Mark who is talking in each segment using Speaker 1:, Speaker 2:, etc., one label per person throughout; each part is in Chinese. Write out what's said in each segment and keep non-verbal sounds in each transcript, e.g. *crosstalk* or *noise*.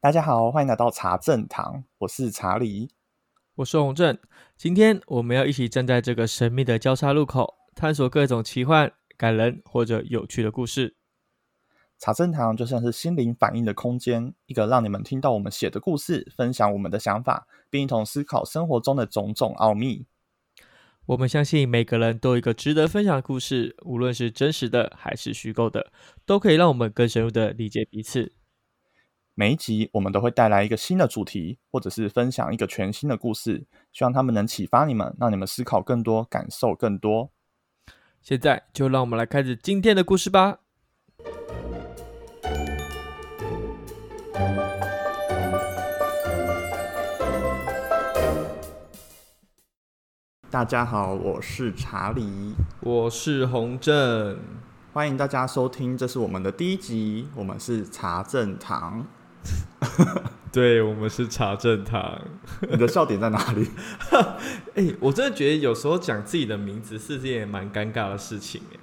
Speaker 1: 大家好，欢迎来到茶正堂，我是查理。
Speaker 2: 我是洪正，今天我们要一起站在这个神秘的交叉路口，探索各种奇幻、感人或者有趣的故事。
Speaker 1: 茶正堂就像是心灵反应的空间，一个让你们听到我们写的故事，分享我们的想法，并一同思考生活中的种种奥秘。
Speaker 2: 我们相信每个人都有一个值得分享的故事，无论是真实的还是虚构的，都可以让我们更深入的理解彼此。
Speaker 1: 每一集我们都会带来一个新的主题，或者是分享一个全新的故事，希望他们能启发你们，让你们思考更多，感受更多。
Speaker 2: 现在就让我们来开始今天的故事吧。
Speaker 1: 大家好，我是查理，
Speaker 2: 我是洪正，
Speaker 1: 欢迎大家收听，这是我们的第一集，我们是茶正堂。
Speaker 2: 对我们是查正堂。
Speaker 1: 你的笑点在哪里？
Speaker 2: 哎、 *laughs* 我真的觉得有时候讲自己的名字是件也蛮尴尬的事情、哎，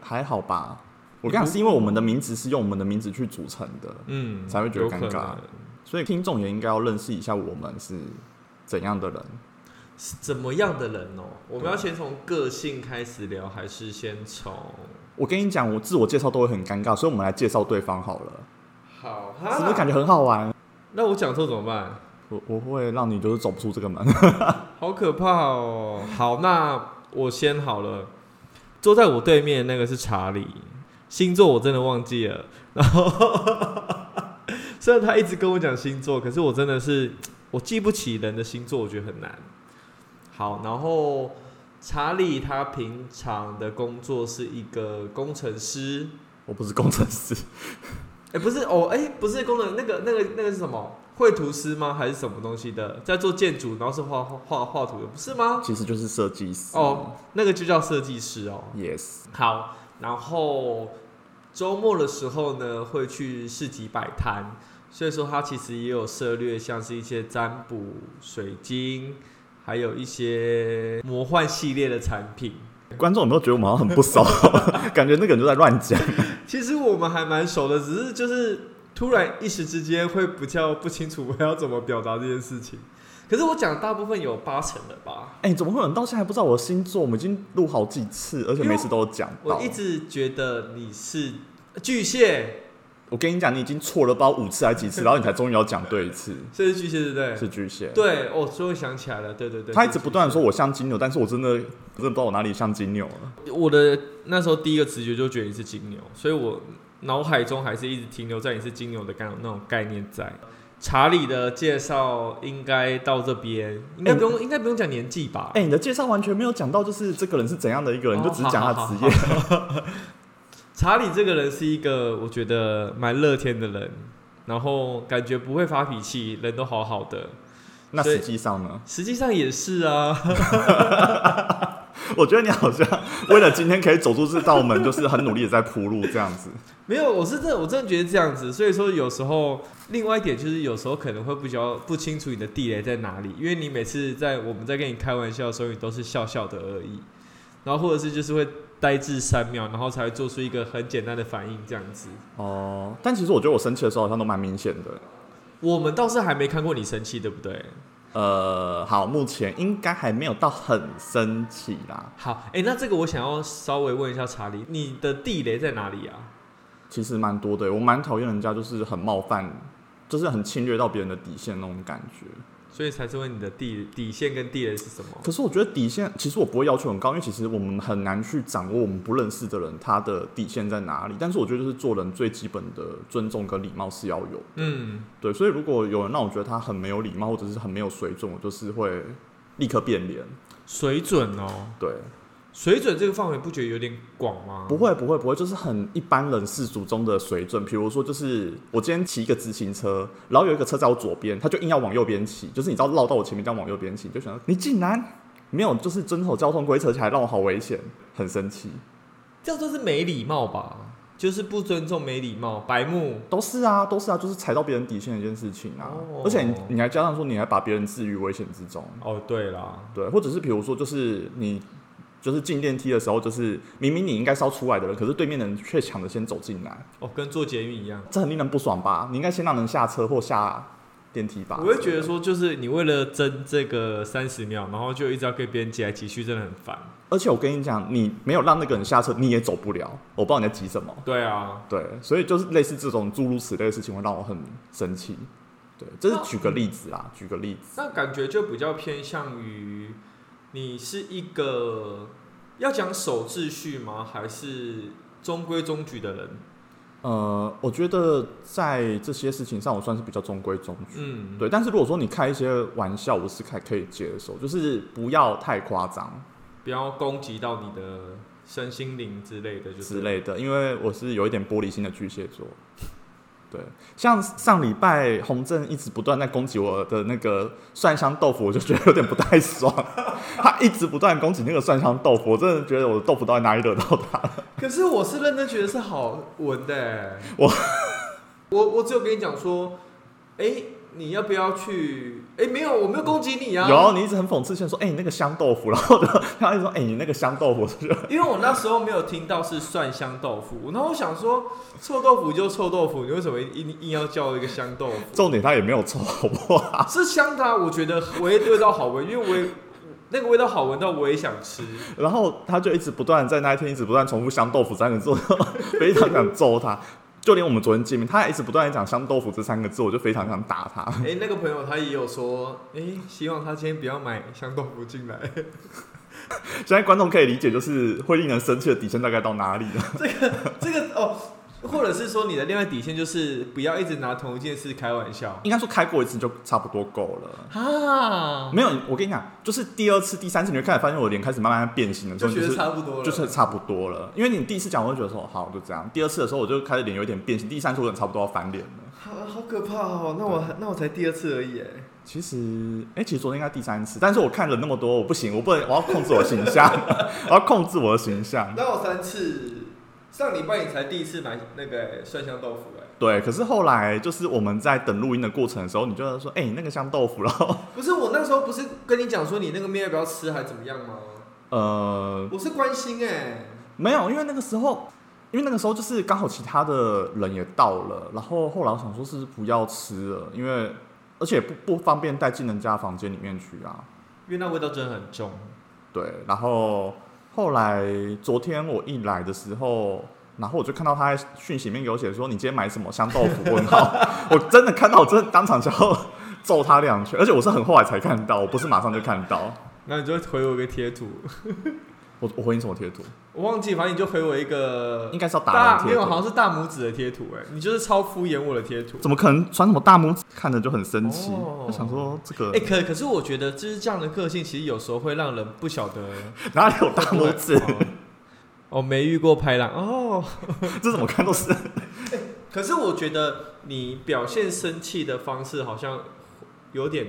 Speaker 1: 还好吧？我跟你讲，是因为我们的名字是用我们的名字去组成的，
Speaker 2: 嗯，
Speaker 1: 才会觉得
Speaker 2: 有可
Speaker 1: 尴尬
Speaker 2: 能
Speaker 1: 所以听众也应该要认识一下我们是怎样的人。
Speaker 2: 是怎么样的人哦、我们要先从个性开始聊，还是先从
Speaker 1: 我跟你讲，我自我介绍都会很尴尬，所以我们来介绍对方好了，
Speaker 2: 好
Speaker 1: 是不是感
Speaker 2: 觉？
Speaker 1: 觉很好玩？
Speaker 2: 那我讲错怎么办？
Speaker 1: 我我会让你就是走不出这个门。 *laughs*
Speaker 2: 好可怕哦、好，那我先好了。坐在我对面的那个是查理，星座我真的忘记了。 *laughs* 然后虽然他一直跟我讲星座，可是我真的是我记不起人的星座，我觉得很难。好，然后查理他平常的工作是一个工程师，
Speaker 1: 我不是工程师，
Speaker 2: 哎、不是哦，哎、不是工人，那个、那个、那个是什么？绘图师吗？还是什么东西的？在做建筑，然后是画画画画图的，不是吗？
Speaker 1: 其实就是设计师。
Speaker 2: 啊哦，那个就叫设计师哦。
Speaker 1: ，yes，
Speaker 2: 好，然后周末的时候呢，会去市集摆摊，所以说他其实也有涉略，像是一些占卜、水晶，还有一些魔幻系列的产品。
Speaker 1: 观众有没有觉得我们好像很不熟？ *laughs* 感觉那个人就在乱讲。
Speaker 2: 其实我们还蛮熟的，只是就是突然一时之间会比较不清楚我要怎么表达这件事情。可是我讲的大部分有八成了吧，
Speaker 1: 哎、怎么会有人到现在还不知道我的星座？我们已经录好几次，而且每次都有讲到。
Speaker 2: 我一直觉得你是巨蟹，
Speaker 1: 我跟你讲，你已经错了不知道五次还几次，然后你才终于要讲对一次，
Speaker 2: 这是巨蟹对不对？
Speaker 1: 是巨蟹。
Speaker 2: 对，我终于想起来了，对对对。
Speaker 1: 他一直不断的说我像金牛，但是我真的真的不知道我哪里像金牛了。
Speaker 2: 我的那时候第一个直觉就觉得你是金牛，所以我脑海中还是一直停留在你是金牛的概那种概念在。查理的介绍应该到这边，应该不用，应该不用讲年纪吧？
Speaker 1: 哎、你的介绍完全没有讲到，就是这个人是怎样的一个人，
Speaker 2: 哦
Speaker 1: 就只是讲他
Speaker 2: 好好
Speaker 1: 职
Speaker 2: 好
Speaker 1: 业。
Speaker 2: 查理这个人是一个我觉得蛮乐天的人，然后感觉不会发脾气，人都好好的。
Speaker 1: *laughs* 那
Speaker 2: 所以
Speaker 1: 实际上呢？ *laughs*
Speaker 2: 实际上也是啊， *laughs*
Speaker 1: 我觉得你好像为了今天可以走出这道门，就是很努力的在铺路这样
Speaker 2: *laughs*
Speaker 1: 子。
Speaker 2: 没有，我是真的，我真的觉得这样子。所以说，有时候另外一点就是，有时候可能会比较不清楚你的地雷在哪里，因为你每次在我们在跟你开玩笑的时候，你都是笑笑的而已，然后或者是就是会呆滞三秒，然后才会做出一个很简单的反应这样子。
Speaker 1: 哦、但其实我觉得我生气的时候好像都蛮明显的。
Speaker 2: 我们倒是还没看过你生气，对不对？
Speaker 1: 呃，好，目前应该还没有到很生气啦。
Speaker 2: 好，哎、那这个我想要稍微问一下查理，你的地雷在哪里啊？
Speaker 1: 其实蛮多的，我蛮讨厌人家就是很冒犯，就是很侵略到别人的底线那种感觉。
Speaker 2: 所以才是问你的地底线跟地雷是什么？
Speaker 1: 可是我觉得底线，其实我不会要求很高，因为其实我们很难去掌握我们不认识的人他的底线在哪里。但是我觉得就是做人最基本的尊重跟礼貌是要有，
Speaker 2: 嗯，
Speaker 1: 对。所以如果有人让我觉得他很没有礼貌或者是很没有水准，我就是会立刻变脸，
Speaker 2: 水准哦，
Speaker 1: 对。
Speaker 2: 水准这个范围不觉得有点广吗？
Speaker 1: 不会，不会，不会，就是很一般人世俗中的水准。比如说，就是我今天骑一个自行车，然后有一个车在我左边，他就硬要往右边骑，就是你知道绕到我前面，这样往右边骑，你就想到你竟然没有就是遵守交通规则，还让我好危险，很生气。
Speaker 2: 叫做是没礼貌吧，就是不尊重、没礼貌、白目。
Speaker 1: 都是啊，都是啊，就是踩到别人底线的一件事情啊。
Speaker 2: 哦
Speaker 1: 而且你你还加上说，你还把别人置于危险之中，
Speaker 2: 哦，对啦，
Speaker 1: 对，或者是比如说，就是你就是进电梯的时候，就是明明你应该是要出来的人，可是对面的人却抢着先走进来，
Speaker 2: 哦，跟做捷运一样。
Speaker 1: 这很令人不爽吧？你应该先让人下车或下电梯吧。
Speaker 2: 我会觉得说，就是你为了争这个三十秒，然后就一直要跟别人挤来挤去，真的很烦。
Speaker 1: 而且我跟你讲，你没有让那个人下车，你也走不了。我不知道你在急什么。
Speaker 2: 对啊，
Speaker 1: 对，所以就是类似这种诸如此类的事情，会让我很生气。对，这是举个例子啦，举个例子。
Speaker 2: 那感觉就比较偏向于你是一个要讲守秩序吗？还是中规中矩的人？
Speaker 1: 呃，我觉得在这些事情上，我算是比较中规中矩。
Speaker 2: 嗯，
Speaker 1: 对，但是如果说你开一些玩笑，我是开可以接受，就是不要太夸张
Speaker 2: 不要攻击到你的身心灵之类的，就
Speaker 1: 之
Speaker 2: 是
Speaker 1: 类的，因为我是有一点玻璃心的巨蟹座。对，像上礼拜洪正一直不断在攻击我的那个蒜香豆腐，我就觉得有点不太爽。 *laughs* 他一直不断攻击那个蒜香豆腐，我真的觉得我的豆腐到底哪里惹到他了？
Speaker 2: 可是我是认真觉得是好闻的、欸。
Speaker 1: 我
Speaker 2: 我我只有跟你讲说，哎、你要不要去？哎、没有，我没有攻击你啊。
Speaker 1: 有，你一直很讽刺性地说：“哎、你那个香豆腐。”然后就 *laughs* 他一直说：“哎、你那个香豆腐。” *laughs* 我就觉得
Speaker 2: 因为我那时候没有听到是蒜香豆腐，然后我想说臭豆腐就臭豆腐，你为什么硬硬要叫一个香豆腐？
Speaker 1: 重点他也没有错，好不好？ *laughs*
Speaker 2: *laughs* 是香的啊、我觉得唯味道好闻，因为我也那个味道好闻到我也想
Speaker 1: *laughs*
Speaker 2: 吃。
Speaker 1: 然后他就一直不断在那一天一直不断重复“香豆腐”三个字， *laughs* 我就非常想揍他。就连我们昨天见面，他也一直不断在讲“香豆腐”这三个字，我就非常想打他。
Speaker 2: 哎、那个朋友他也有说，哎、希望他今天不要买香豆腐进来。 *laughs*
Speaker 1: 现在观众可以理解，就是会令人生气的底线大概到哪里了？
Speaker 2: 这个哦，或者是说你的恋爱底线就是不要一直拿同一件事开玩笑
Speaker 1: 应该说开过一次就差不多够了。
Speaker 2: 啊，
Speaker 1: 没有，我跟你讲，就是第二次、第三次，你会开始发现我脸开始慢慢变形的时
Speaker 2: 就
Speaker 1: 候，就
Speaker 2: 觉
Speaker 1: 是
Speaker 2: 得差不多了，
Speaker 1: 就是差不多了。因为你第一次讲，我就觉得说好就这样；第二次的时候，我就开始脸有点变形；第三次我可能差不多要翻脸了。
Speaker 2: 好好可怕哦。那我那我才第二次而已哎。
Speaker 1: 其实，哎、其实昨天应该第三次，但是我看了那么多，我不行，我不能，我要控制我形象， *laughs* 我要控制我的形象。
Speaker 2: 那我三次，上礼拜你才第一次买那个欸蒜香豆腐哎，
Speaker 1: 对，可是后来就是我们在等录音的过程的时候，你就在说，哎、你那个香豆腐，然后
Speaker 2: 不是我那时候不是跟你讲说你那个面要不要吃还怎么样吗？
Speaker 1: 呃，
Speaker 2: 我是关心哎、
Speaker 1: 没有，因为那个时候，因为那个时候就是刚好其他的人也到了，然后后来我想说，是不是不要吃了，因为而且不不方便带进人家房间里面去啊。
Speaker 2: 因为那味道真的很重。
Speaker 1: 对，然后后来昨天我一来的时候，然后我就看到他在讯息里面有写说你今天买什么香豆腐问号， *laughs* 我真的看到，我真的当场想要 *laughs* 揍他两拳，而且我是很后来才看到，我不是马上就看到。
Speaker 2: 那你就回我一个贴图， *laughs*
Speaker 1: 我我回应什么贴图？
Speaker 2: 我忘记，反正你就回我一个
Speaker 1: 应该是要打
Speaker 2: 大
Speaker 1: 人
Speaker 2: 没
Speaker 1: 贴
Speaker 2: 有，
Speaker 1: 图
Speaker 2: 好。像是大拇指的贴图哎、你就是超敷衍我的贴图。
Speaker 1: 怎么可能传什么大拇指？看着就很生气。
Speaker 2: 哦
Speaker 1: 我想说这个、
Speaker 2: 哎、可可是我觉得就是这样的个性，其实有时候会让人不晓 *laughs* 得
Speaker 1: 哪里有大拇 *laughs* 指？
Speaker 2: 哦。 *laughs* 哦，没遇过拍狼哦。
Speaker 1: 这怎么看都是。
Speaker 2: 可是我觉得你表现生气的方式好像有点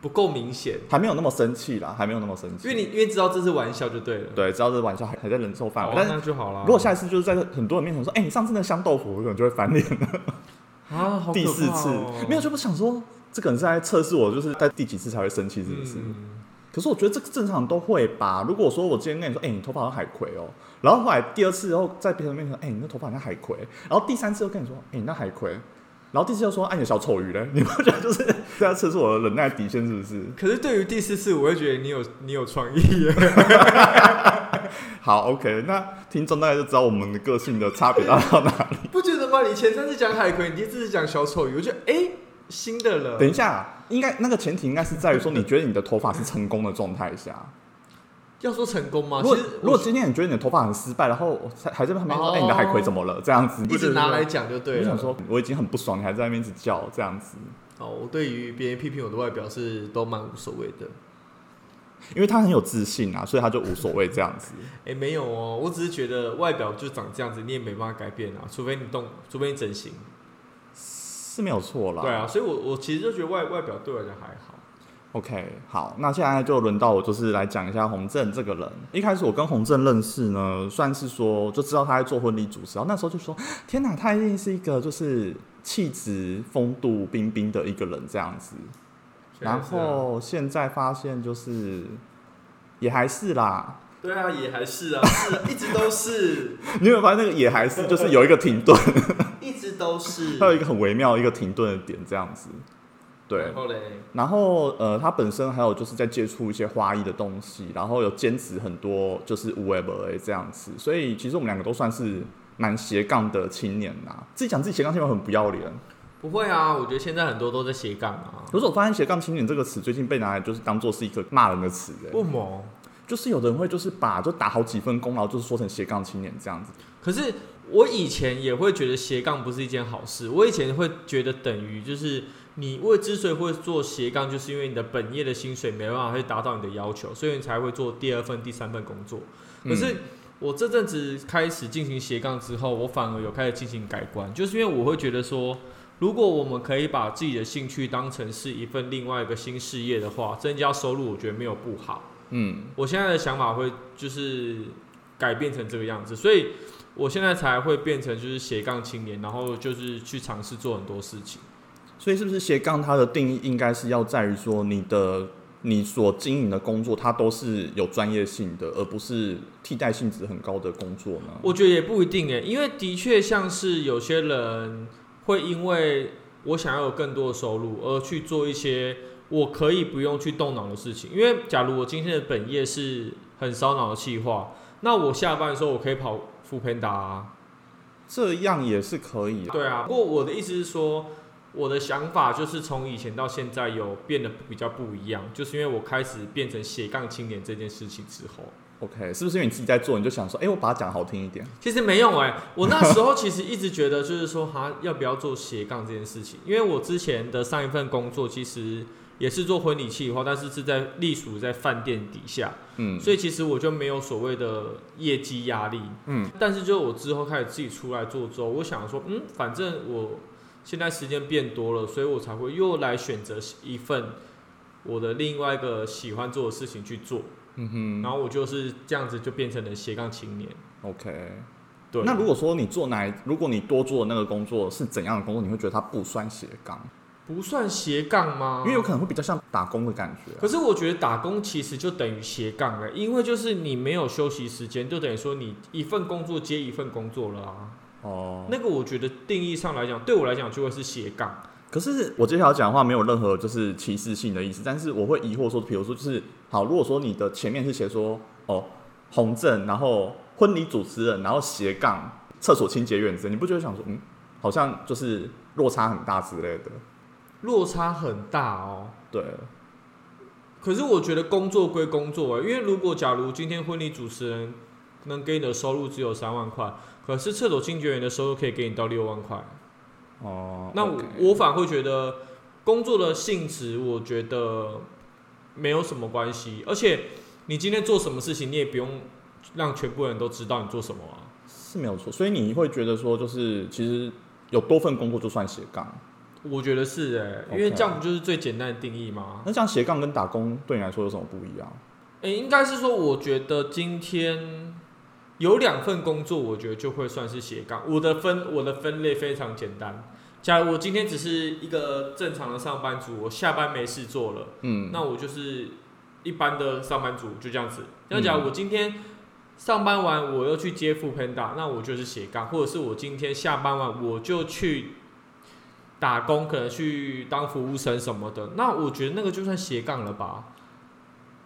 Speaker 2: 不够明显，
Speaker 1: 还没有那么生气啦，还没有那么生气。
Speaker 2: 因为你因为知道这是玩笑就对了。
Speaker 1: 对，知道这玩笑还还在忍受范围
Speaker 2: 好，
Speaker 1: 但是
Speaker 2: 哦那就好了。
Speaker 1: 如果下一次就是在很多人面前说，哎、你上次那香豆腐，我可能就会翻脸。
Speaker 2: 啊，好可怕
Speaker 1: *laughs*
Speaker 2: 哦
Speaker 1: 第四次，没有，就不想说这个人是在测试我，就是在第几次才会生气，是不是？
Speaker 2: 嗯
Speaker 1: 可是我觉得这个正常都会吧。如果说我今天跟你说，哎、你头发好像海葵哦，然后后来第二次又在别人面前说，哎、你那头发好像海葵，然后第三次又跟你说，哎、你那海葵，然后第四次又说，哎、你的小丑鱼 *laughs* 嘞，你不觉得就是在测试我的忍耐底线，是不是？
Speaker 2: 可是对于第四次，我会觉得你有你有创意 *laughs* 耶。
Speaker 1: 好，OK，那听众大概就知道我们的个性的差别大到
Speaker 2: *laughs*
Speaker 1: 哪里。
Speaker 2: 不觉得吗？你前三次讲海葵，你第四次讲小丑鱼，我觉得哎、新的了。
Speaker 1: 等一下，应该那个前提应该是在于说，你觉得你的头发是成功的状态下。
Speaker 2: 要说成功吗？
Speaker 1: 如果
Speaker 2: 哦其实
Speaker 1: 如果今天你觉得你的头发很失败，然后我才还在旁边说，
Speaker 2: 哦
Speaker 1: 哎、你的海葵怎么了？这样子，
Speaker 2: 一直拿来讲就
Speaker 1: 我
Speaker 2: 对
Speaker 1: 就
Speaker 2: 啊了。
Speaker 1: 想说，我已经很不爽，你还在那边一直叫这样子，
Speaker 2: 哦，我对于别人批评我的外表是都蛮无所谓的。
Speaker 1: 因为他很有自信啊，所以他就无所谓这样子。
Speaker 2: 哎、没有哦，我只是觉得外表就长这样子，你也没办法改变啊，除非你动，除非你整形。
Speaker 1: 是没有错啦，
Speaker 2: 对啊，所以我我其实就觉得外外表对我来讲还好。
Speaker 1: OK，好，那现在就轮到我，就是来讲一下洪正这个人。一开始我跟洪正认识呢，算是说就知道他在做婚礼主持，然后那时候就说，天哪，他一定是一个就是气质风度彬彬的一个人这样子。然
Speaker 2: 虽是啊
Speaker 1: 后现在发现就是也还是啦， *laughs*
Speaker 2: 对啊，也还是啊，是啊一直都是，
Speaker 1: 你有没有发现那个也还是就是有一个停顿，
Speaker 2: 一直都
Speaker 1: *laughs*
Speaker 2: 是
Speaker 1: 它。有一个很微妙的一个停顿的点这样子。对
Speaker 2: 然，后嘞，
Speaker 1: 然后呃，他本身还有就是在接触一些花艺的东西，然后有兼职很多就是无为不为这样子，所以其实我们两个都算是蛮斜杠的青年呐、自己讲自己斜杠青年很不要脸，
Speaker 2: 不会啊，我觉得现在很多都在斜杠啊。
Speaker 1: 可是我发现斜杠青年这个词最近被拿来就是当做是一个骂人的词、欸，
Speaker 2: 不谋，
Speaker 1: 就是有的人会就是把就打好几份工，然后就是说成斜杠青年这样子。
Speaker 2: 可是我以前也会觉得斜杠不是一件好事。我以前会觉得等于就是你为之所以会做斜杠，就是因为你的本业的薪水没办法去达到你的要求，所以你才会做第二份、第三份工作。可是我这阵子开始进行斜杠之后，我反而有开始进行改观，就是因为我会觉得说，如果我们可以把自己的兴趣当成是一份另外一个新事业的话，增加收入，我觉得没有不好。
Speaker 1: 嗯
Speaker 2: 我现在的想法会就是改变成这个样子，所以我现在才会变成就是斜杠青年，然后就是去尝试做很多事情。
Speaker 1: 嗯，所以是不是斜杠它的定义应该是要在于说你的你所经营的工作它都是有专业性的，而不是替代性质很高的工作呢？
Speaker 2: 我觉得也不一定诶，因为的确像是有些人会因为我想要有更多的收入而去做一些我可以不用去动脑的事情。因为假如我今天的本业是很烧脑的企划，那我下班的时候我可以跑副偏达、啊，
Speaker 1: 这样也是可以啊。
Speaker 2: 对啊，不过我的意思是说，我的想法就是从以前到现在有变得比较不一样，就是因为我开始变成斜杠青年这件事情之后，
Speaker 1: OK，是不是因为你自己在做，你就想说，哎、我把它讲好听一点？
Speaker 2: 其实没
Speaker 1: *laughs*
Speaker 2: 用哎、我那时候其实一直觉得就是说，哈，要不要做斜杠这件事情？因为我之前的上一份工作其实也是做婚礼企划，但是是在隶属在饭店底下，
Speaker 1: 嗯
Speaker 2: 所以其实我就没有所谓的业绩压力，
Speaker 1: 嗯，
Speaker 2: 但是就我之后开始自己出来做之后，我想说，嗯，反正我现在时间变多了，所以我才会又来选择一份我的另外一个喜欢做的事情去做。
Speaker 1: 嗯
Speaker 2: 然后我就是这样子就变成了斜杠青年。
Speaker 1: 哼，OK。
Speaker 2: 对，
Speaker 1: 那如果说你做哪，如果你多做的那个工作是怎样的工作，你会觉得它不算斜杠，
Speaker 2: 不算斜杠吗？
Speaker 1: 因为有可能会比较像打工的感觉啊、
Speaker 2: 可是我觉得打工其实就等于斜杠了，因为就是你没有休息时间，就等于说你一份工作接一份工作了啊。
Speaker 1: 哦，
Speaker 2: 那个我觉得定义上来讲，对我来讲就会是斜杠。
Speaker 1: 可是我接下来讲的话没有任何就是歧视性的意思，但是我会疑惑说，比如说就是好，如果说你的前面是写说哦红证，然后婚礼主持人，然后斜杠厕所清洁员之类，你不觉得想说嗯，好像就是落差很大之类的？
Speaker 2: 落差很大哦。
Speaker 1: 对，
Speaker 2: 可是我觉得工作归工作、欸，因为如果假如今天婚礼主持人能给你的收入只有三万块，可是厕所清洁员的收入可以给你到六万块，
Speaker 1: 哦，
Speaker 2: 那我
Speaker 1: OK
Speaker 2: 我反而会觉得工作的性质，我觉得没有什么关系，而且你今天做什么事情，你也不用让全部人都知道你做什么啊。
Speaker 1: 是没有错，所以你会觉得说就是其实有多份工作就算斜杠，
Speaker 2: 我觉得是哎、因为
Speaker 1: OK
Speaker 2: 这样不就是最简单的定义吗？
Speaker 1: 那这样斜杠跟打工对你来说有什么不一样？
Speaker 2: 诶、应该是说，我觉得今天有两份工作，我觉得就会算是斜杠。我的分我的分类非常简单。假如我今天只是一个正常的上班族，我下班没事做了，
Speaker 1: 嗯，
Speaker 2: 那我就是一般的上班族，就这样子。那假如我今天上班完，我又去接副 Panda，那我就是斜杠；或者是我今天下班完，我就去打工，可能去当服务生什么的。那我觉得那个就算斜杠了吧？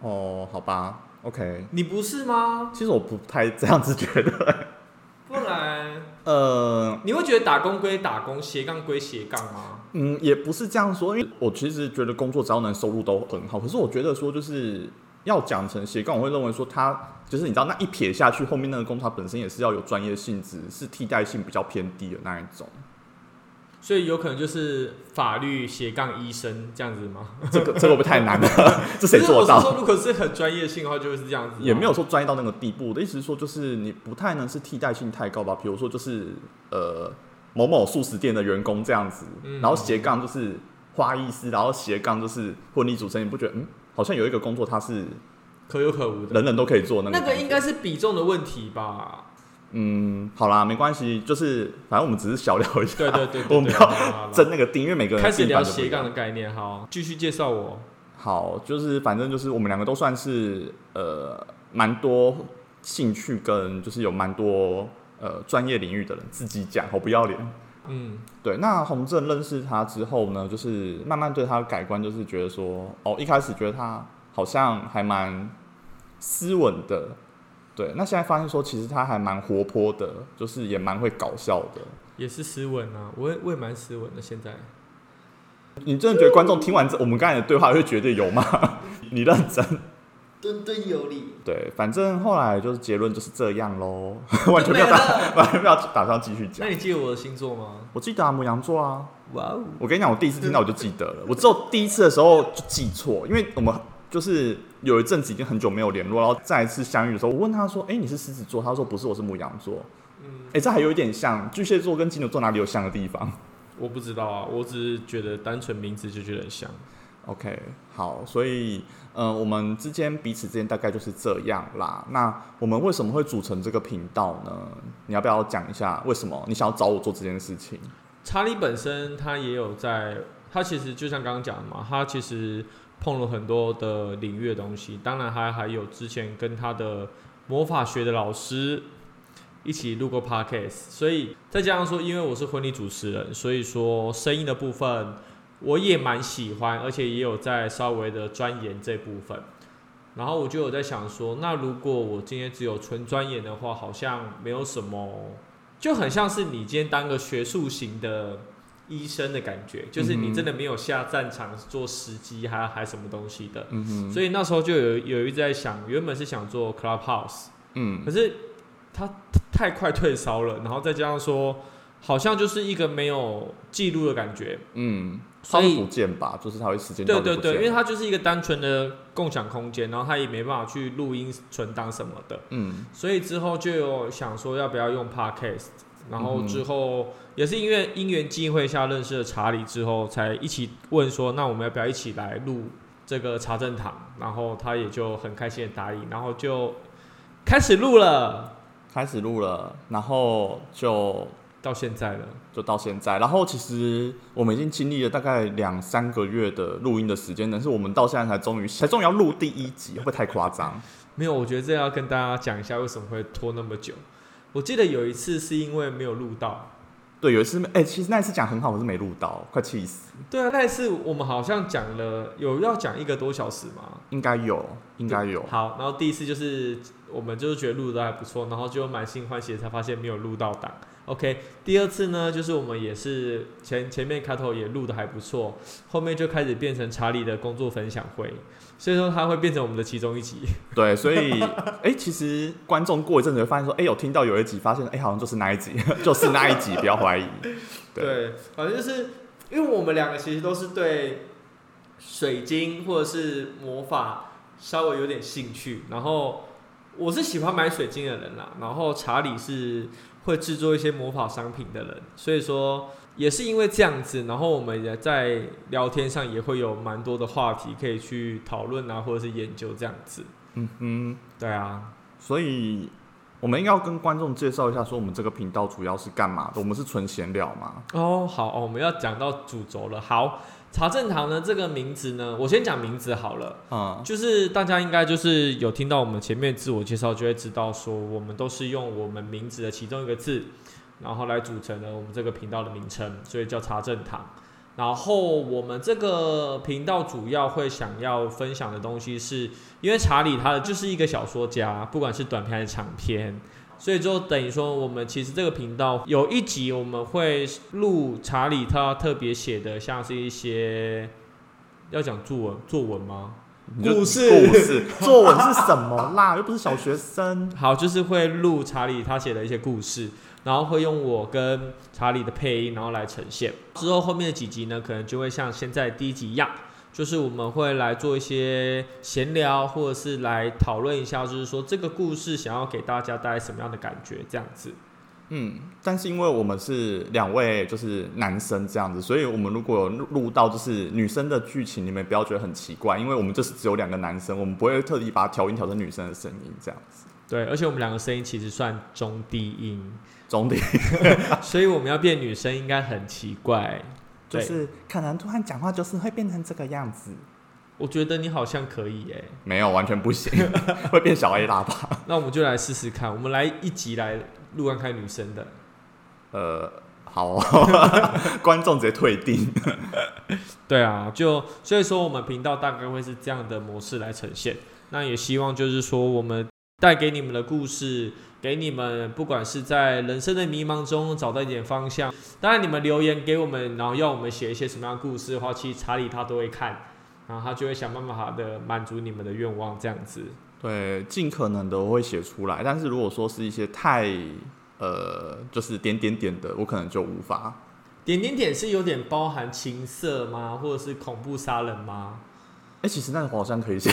Speaker 1: 哦，好吧，OK。
Speaker 2: 你不是吗？
Speaker 1: 其实我不太这样子觉得， *laughs*
Speaker 2: 不然
Speaker 1: 呃，
Speaker 2: 你会觉得打工归打工，斜杠归斜杠吗？
Speaker 1: 嗯，也不是这样说，因为我其实觉得工作只要能收入都很好。可是我觉得说，就是要讲成斜杠，我会认为说它就是你知道那一撇下去，后面那个工作它本身也是要有专业性质，是替代性比较偏低的那一种。
Speaker 2: 所以有可能就是法律斜杠医生这样子吗？
Speaker 1: 这
Speaker 2: *laughs*
Speaker 1: 个这个会不会太难了？ *laughs* 这谁
Speaker 2: 可是
Speaker 1: 做得
Speaker 2: 我
Speaker 1: 到
Speaker 2: 是？说，如果是很专业性的话，就会是这样子吗。
Speaker 1: 也没有说专业到那个地步。我的意思是说，就是你不太能是替代性太高吧？比如说，就是呃某某素食店的员工这样子，
Speaker 2: 嗯
Speaker 1: 然后斜杠就是花艺师，然后斜杠就是婚礼主持人，你不觉得嗯，好像有一个工作它是
Speaker 2: 可有可无的。
Speaker 1: 人人都可以做那个
Speaker 2: 那
Speaker 1: 感觉？
Speaker 2: 个应该是比重的问题吧？
Speaker 1: 嗯，好啦，没关系，就是反正我们只是小聊一下，
Speaker 2: *laughs* 对对对对
Speaker 1: *laughs*
Speaker 2: 对，
Speaker 1: 我们不
Speaker 2: 好
Speaker 1: 要
Speaker 2: 啦好啦
Speaker 1: 争那个钉，因为每个人
Speaker 2: 开始
Speaker 1: 地板
Speaker 2: 聊
Speaker 1: 都不一
Speaker 2: 斜
Speaker 1: 样
Speaker 2: 杠的概念，好，继续介绍我。
Speaker 1: 好，就是反正就是我们两个都算是呃蛮多兴趣跟就是有蛮多呃专业领域的人自己讲，好不要脸。
Speaker 2: 嗯，
Speaker 1: 对，那洪正认识他之后呢，就是慢慢对他的改观，就是觉得说，哦，一开始觉得他好像还蛮斯文的，对，那现在发现说，其实他还蛮活泼的，就是也蛮会搞笑的。
Speaker 2: 也是斯文啊，我也我也蛮斯文的。现在
Speaker 1: 你真的觉得观众听完这我们刚才的对话，会觉得有吗？ *laughs* 你认真？
Speaker 3: 敦敦有礼。
Speaker 1: 对，反正后来就是结论就是这样喽，完全没有打，
Speaker 3: 了。
Speaker 1: 完全没有打算继续讲。
Speaker 2: 那你记得我的星座吗？
Speaker 1: 我记得啊，母羊座啊，
Speaker 2: 哇哦，
Speaker 1: 我跟你讲，我第一次听到我就记得了，我只有第一次的时候就记错，因为我们就是有一阵子已经很久没有联络，然后再一次相遇的时候，我问他说：“哎、你是狮子座？”他说：“不是，我是母羊座。”
Speaker 2: 嗯，
Speaker 1: 哎、这还有一点像巨蟹座跟金牛座哪里有像的地方
Speaker 2: 我不知道啊，我只是觉得单纯名字就觉得很像。
Speaker 1: ？OK，好，所以嗯、呃我们之间彼此之间大概就是这样啦。那我们为什么会组成这个频道呢？你要不要讲一下为什么你想要找我做这件事情？
Speaker 2: 查理本身他也有在，他其实就像刚刚讲的嘛，他其实碰了很多的领域的东西，当然他还有之前跟他的魔法学的老师一起录过 podcast，所以再加上说，因为我是婚礼主持人，所以说声音的部分我也蛮喜欢，而且也有在稍微的钻研这部分。然后我就有在想说，那如果我今天只有纯钻研的话，好像没有什么就很像是你今天当个学术型的医生的感觉，就是
Speaker 1: 嗯
Speaker 2: 你
Speaker 1: 哼
Speaker 2: 真的没有下战场做实际还还什么东西的。
Speaker 1: 嗯哼，
Speaker 2: 所以那时候就有有一直在想，原本是想做 Clubhouse，
Speaker 1: 嗯
Speaker 2: 可是它太快退烧了，然后再加上说，好像就是一个没有记录的感觉。
Speaker 1: 嗯，稍
Speaker 2: 所以
Speaker 1: 微不见吧，就是他会时间到
Speaker 2: 对
Speaker 1: 就
Speaker 2: 对
Speaker 1: 不
Speaker 2: 对，因
Speaker 1: 见
Speaker 2: 为
Speaker 1: 了
Speaker 2: 它就是一个单纯的共享空间，然后它也没办法去录音存档什么的。
Speaker 1: 嗯
Speaker 2: 所以之后就有想说要不要用 podcast，然后
Speaker 1: 嗯哼
Speaker 2: 之后也是因为因缘际会下认识了查理之后，才一起问说，那我们要不要一起来录这个查证堂？然后他也就很开心的答应，然后就开始录了，
Speaker 1: 开始录了，然后就
Speaker 2: 到现在了。
Speaker 1: 就到现在。然后其实我们已经经历了大概两三个月的录音的时间，但是我们到现在才终于才终于要录第一集，会不会太夸张？
Speaker 2: 没有，我觉得这要跟大家讲一下为什么会拖那么久。我记得有一次是因为没有录到，
Speaker 1: 对，有一次，哎、其实那一次讲很好，我是没录到，快气死。
Speaker 2: 对啊，那一次我们好像讲了有要讲一个多小时嘛，
Speaker 1: 应该有，应该有。
Speaker 2: 好，然后第一次就是我们就是觉得录的还不错，然后就满心欢喜地才发现没有录到档。OK，第二次呢，就是我们也是前前面开头也录的还不错，后面就开始变成查理的工作分享会，所以说它会变成我们的其中一集。
Speaker 1: 对，所以， *laughs* 哎、其实观众过一阵子会发现说，哎、有听到有一集，发现，哎、好像就是那一集， *laughs* 就是那一集，不要怀疑。对，
Speaker 2: 对，反正就是因为我们两个其实都是对水晶或者是魔法稍微有点兴趣，然后我是喜欢买水晶的人啦，然后查理是会制作一些魔法商品的人，所以说也是因为这样子，然后我们也在聊天上也会有蛮多的话题可以去讨论啊，或者是研究这样子。
Speaker 1: 嗯哼。
Speaker 2: 对啊，
Speaker 1: 所以我们应该要跟观众介绍一下，说我们这个频道主要是干嘛的？我们是纯闲聊嘛？
Speaker 2: 哦，好哦，我们要讲到主轴了。好，查证堂呢这个名字呢，我先讲名字好了。
Speaker 1: 嗯
Speaker 2: 就是大家应该就是有听到我们前面自我介绍，就会知道说我们都是用我们名字的其中一个字，然后来组成了我们这个频道的名称，所以叫查证堂。然后我们这个频道主要会想要分享的东西是，因为查理他就是一个小说家，不管是短篇还是长篇，所以就等于说我们其实这个频道有一集我们会录查理他特别写的，像是一些要讲作文作文吗？
Speaker 1: 你就
Speaker 2: 故事
Speaker 1: 故事，作文是什么啦？又 *laughs* 不是小学生。
Speaker 2: 好，就是会录查理他写的一些故事，然后会用我跟查理的配音，然后来呈现。之后后面的几集呢，可能就会像现在第一集一样，就是我们会来做一些闲聊，或者是来讨论一下，就是说这个故事想要给大家带来什么样的感觉，这样子。
Speaker 1: 嗯，但是因为我们是两位就是男生这样子，所以我们如果有录录到就是女生的剧情，你们不要觉得很奇怪，因为我们就是只有两个男生，我们不会特地把它调音调成女生的声音这样子。
Speaker 2: 对，而且我们两个声音其实算中低音，
Speaker 1: 总体
Speaker 2: 所以我们要变女生应该很奇怪。
Speaker 1: *laughs* 就
Speaker 2: 对
Speaker 1: 是可能突然讲话就是会变成这个样子。
Speaker 2: 我觉得你好像可以耶、
Speaker 1: 没有，完全不行， *laughs* 会变小 A 喇叭。
Speaker 2: 那我们就来试试看，我们来一集来录看看女生的。
Speaker 1: 呃，好、 *laughs* 哦，观众直接退订。
Speaker 2: 对啊，就所以说我们频道大概会是这样的模式来呈现。那也希望就是说我们带给你们的故事，给你们不管是在人生的迷茫中找到一点方向。当然你们留言给我们，然后要我们写一些什么样的故事的话，其实查理他都会看，然后他就会想办法的满足你们的愿望这样子。
Speaker 1: *laughs* 对，尽可能的我会写出来，但是如果说是一些太呃，就是点点点的，我可能就无法。
Speaker 2: 点点点是有点包含情色吗？或者是恐怖杀人
Speaker 1: *laughs*
Speaker 2: 吗？
Speaker 1: 哎、其实那个我好像可以写，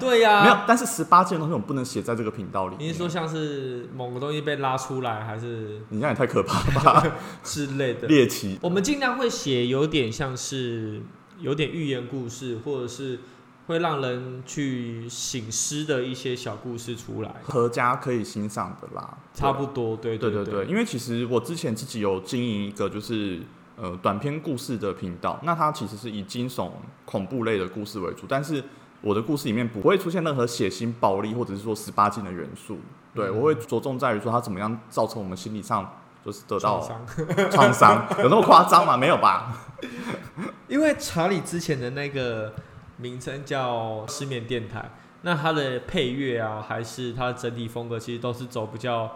Speaker 2: 对呀、
Speaker 1: 没有，但是十八件东西我不能写在这个频道里。
Speaker 2: 你是说，像是某个东西被拉出来，还是
Speaker 1: 你这样也太可怕了吧？
Speaker 2: 之类的？
Speaker 1: 猎奇，
Speaker 2: 我们尽量会写有点像是有点寓言故事，或者是会让人去醒思的一些小故事出来，
Speaker 1: 合家可以欣赏的啦，
Speaker 2: 差不多，对
Speaker 1: 对
Speaker 2: 对
Speaker 1: 对对，因为其实我之前自己有经营一个就是呃短篇故事的频道，那它其实是以惊悚、恐怖类的故事为主，但是我的故事里面不会出现任何血腥、暴力或者是说十八禁的元素。对，
Speaker 2: 嗯
Speaker 1: 我会着重在于说它怎么样造成我们心理上就是得
Speaker 2: 创
Speaker 1: 到
Speaker 2: 伤
Speaker 1: *laughs*
Speaker 2: *laughs*
Speaker 1: 创伤，有那么夸张吗？没有吧？
Speaker 2: 因为查理之前的那个名称叫失眠电台，那它的配乐啊，还是它的整体风格，其实都是走比较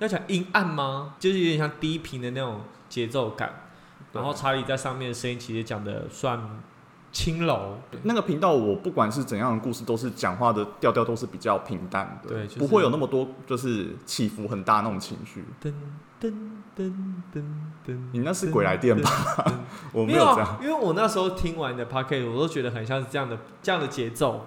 Speaker 2: 要讲阴暗吗？就是有点像低频的那种节奏感。然后查理在上面的声音其实讲的算轻柔，
Speaker 1: 那个频道我不管是怎样的故事，都是讲话的调调都是比较平淡的，
Speaker 2: 对就是
Speaker 1: 不会有那么多就是起伏很大那种情绪。
Speaker 2: 噔噔噔噔噔。
Speaker 1: 你那是鬼来电吧？
Speaker 2: 吧？
Speaker 1: *laughs* 我
Speaker 2: 没
Speaker 1: 没有这样。
Speaker 2: 啊，因为我那时候听完你的 p o c a s t 我都觉得很像是这样的这样的节奏。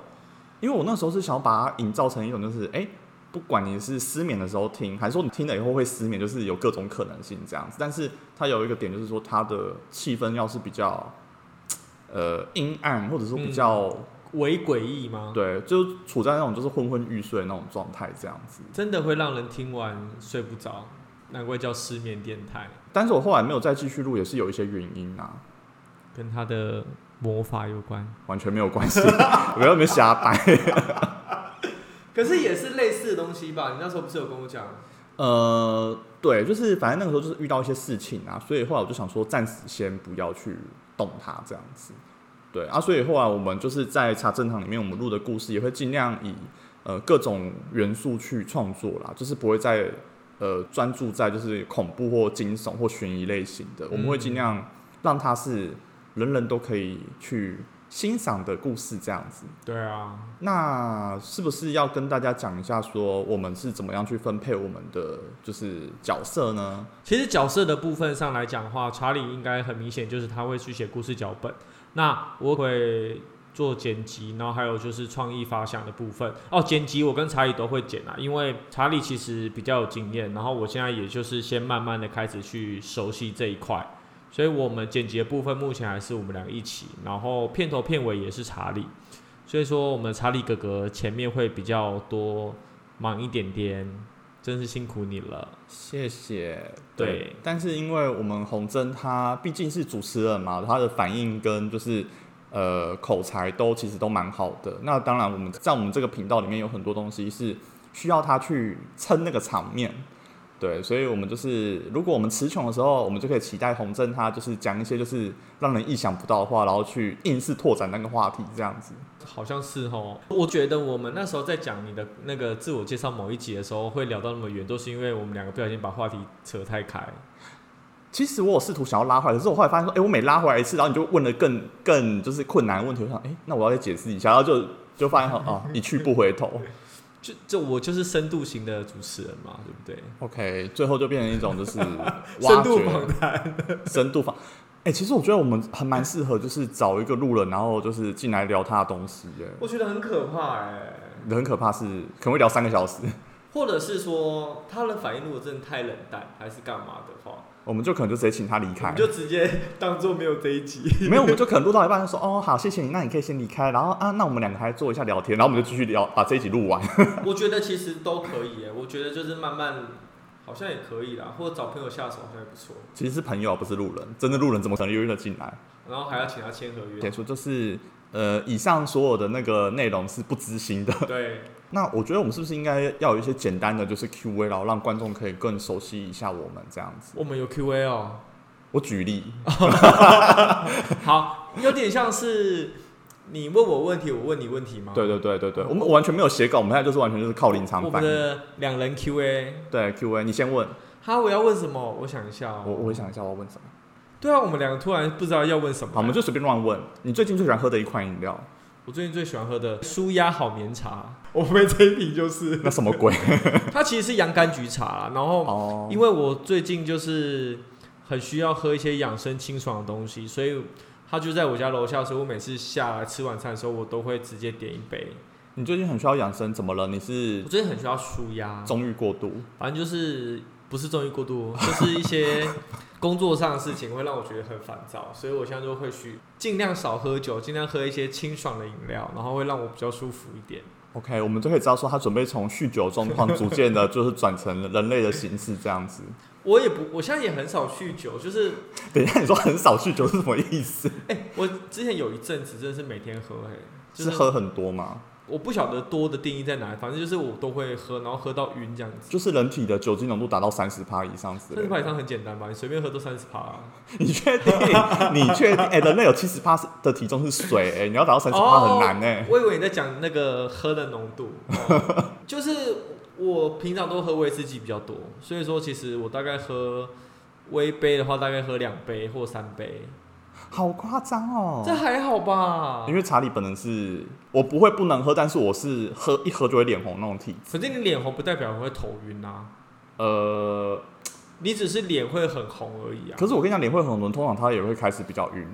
Speaker 1: 因为我那时候是想要把它营造成一种，就是哎、诶不管你是失眠的时候听，还是说你听了以后会失眠，就是有各种可能性这样子。但是它有一个点，就是说它的气氛要是比较，呃，阴暗，或者说比较、
Speaker 2: 为诡异吗？
Speaker 1: 对，就处在那种就是昏昏欲睡的那种状态这样子。
Speaker 2: 真的会让人听完睡不着，难怪叫失眠电台，
Speaker 1: 但是我后来没有再继续录，也是有一些原因啊，
Speaker 2: 跟他的魔法有关。
Speaker 1: 完全没有关系，我要没有瞎掰。
Speaker 2: 可是也是类似的东西吧？你那时候不是有跟我讲？
Speaker 1: 呃，对，就是反正那个时候就是遇到一些事情啊，所以后来我就想说，暂时先不要去动它这样子。对啊，所以后来我们就是在查证堂里面，我们录的故事也会尽量以呃各种元素去创作啦，就是不会再呃专注在就是恐怖或惊悚或悬疑类型的，我们会尽量让它是人人都可以去欣赏的故事这样子。
Speaker 2: 对啊，
Speaker 1: 那是不是要跟大家讲一下，说我们是怎么样去分配我们的就是角色呢？
Speaker 2: 其实角色的部分上来讲的话，查理应该很明显就是他会去写故事脚本，那我会做剪辑，然后还有就是创意发想的部分。哦，剪辑我跟查理都会剪啊，因为查理其实比较有经验，然后我现在也就是先慢慢的开始去熟悉这一块。所以我们剪辑的部分目前还是我们两个一起，然后片头片尾也是查理，所以说我们查理哥哥前面会比较多忙一点点，真是辛苦你了。
Speaker 1: 谢谢。
Speaker 2: 对
Speaker 1: 但是因为我们洪真他毕竟是主持人嘛，他的反应跟就是呃口才都其实都蛮好的。那当然，我们在我们这个频道里面有很多东西是需要他去撑那个场面。对，所以我们就是，如果我们词穷的时候，我们就可以期待洪真他就是讲一些就是让人意想不到的话，然后去硬是拓展那个话题这样子。
Speaker 2: 好像是哦，我觉得我们那时候在讲你的那个自我介绍某一集的时候，会聊到那么远，都是因为我们两个不小心把话题扯太开。
Speaker 1: 其实我有试图想要拉回来，可是我后来发现说，哎、我每拉回来一次，然后你就问了更更就是困难的问题，我想，哎、那我要再解释一下，然后就就发现好
Speaker 2: *laughs*
Speaker 1: 啊，一去不回头。
Speaker 2: 就就我就是深度型的主持人嘛，对不对？
Speaker 1: OK，最后就变成一种
Speaker 2: *laughs*
Speaker 1: 就是挖
Speaker 2: 深度访
Speaker 1: 掘
Speaker 2: 谈，
Speaker 1: 深度访。哎、其实我觉得我们还蛮适合，就是找一个路人，然后就是进来聊他的东西耶。
Speaker 2: 我觉得很可怕哎、
Speaker 1: 很可怕是，可能会聊三个小时， *laughs*
Speaker 2: 或者是说他的反应如果真的太冷淡，还是干嘛的话，
Speaker 1: 我们就可能就直接请他离
Speaker 2: 我
Speaker 1: 开
Speaker 2: 们。 *laughs* 就直接当做没有这
Speaker 1: *laughs*
Speaker 2: 一集。
Speaker 1: 没有，我们就可能录到一半就说，哦，好，谢谢你，那你可以先离开。然后啊，那我们两个还做一下聊天，然后我们就继续聊，把这一集录完。
Speaker 2: 我觉得其实都可以哎、我觉得就是慢慢好像也可以啦，或者找朋友下手好像也不错，
Speaker 1: 其实是朋友，不是路人。真的路人怎么可能约得进来？
Speaker 2: 然后还要请他签合约
Speaker 1: 解。说就是呃，以上所有的那个内容是不知心的。 *laughs*
Speaker 2: 对，
Speaker 1: 那我觉得我们是不是应该要有一些简单的，就是 Q&A，然后让观众可以更熟悉一下我们这样子？
Speaker 2: 我们有 Q&A 哦。
Speaker 1: 我举例，
Speaker 2: 好，有点像是你问我问题，我问你问题吗？
Speaker 1: 对，对对对对，我们完全没有写稿，我们现在就是完全就是靠临场
Speaker 2: 我们
Speaker 1: 反应。
Speaker 2: 的两人 Q&A。
Speaker 1: 对 Q&A，你先问
Speaker 2: 哈，我要问什么？我想一下哦。
Speaker 1: 我，我会想一下我要问什么。
Speaker 2: 对啊，我们两个突然不知道要问什么。
Speaker 1: 好，我们就随便乱问。你最近最喜欢喝的一款饮料，
Speaker 2: 我最近最喜欢喝的舒压好眠茶， *laughs* 我们这一瓶就是，
Speaker 1: 那什么
Speaker 2: *laughs*
Speaker 1: 鬼？
Speaker 2: 它其实是洋甘菊茶啦。然后，
Speaker 1: 哦，
Speaker 2: 因为我最近就是很需要喝一些养生清爽的东西，所以它就在我家楼下，所以我每次下来吃晚餐的时候，我都会直接点一杯。
Speaker 1: 你最近很需要养生，怎么了？你是
Speaker 2: 我最近很需要舒压，
Speaker 1: 纵欲过度？
Speaker 2: 反正就是不是纵欲过度，就是一些工作上的事情会让我觉得很烦躁，所以我现在就会去尽量少喝酒，尽量喝一些清爽的饮料，然后会让我比较舒服一点。
Speaker 1: OK，我们就可以知道说他准备从酗酒状况逐渐的，就是转成人类的形式这样子。
Speaker 2: 我也不，我现在也很少酗酒，就是
Speaker 1: 等一下，你说很少酗酒是什么意思？
Speaker 2: 哎、我之前有一阵子真的是每天喝、哎，就是
Speaker 1: 喝很多吗？
Speaker 2: 我不晓得多的定义在哪里，反正就是我都会喝，然后喝到晕这样子。
Speaker 1: 就是人体的酒精浓度达到三十趴以上之类
Speaker 2: 三
Speaker 1: 的。
Speaker 2: 十趴以上很简单吧，你随便喝都三十趴啊。
Speaker 1: 你确定？ *laughs* 你确定？哎、人类有七十趴的体重是水、哎，你要达到三十趴
Speaker 2: 哦
Speaker 1: 很难哎、 *laughs*
Speaker 2: 我以为你在讲那个喝的浓度，哦就是我平常都喝威士忌比较多，所以说其实我大概喝微杯的话，大概喝两杯或三杯，
Speaker 1: 好夸张哦
Speaker 2: 这！还好吧
Speaker 1: 因？为查理本人是我不会不能喝，但是我是喝一喝就会脸红那种体质。
Speaker 2: 反正你脸红不代表会头晕啊，
Speaker 1: 呃，
Speaker 2: 你只是脸会很红而已啊。
Speaker 1: 可是我跟你讲，脸会很红，通常他也会开始比较晕，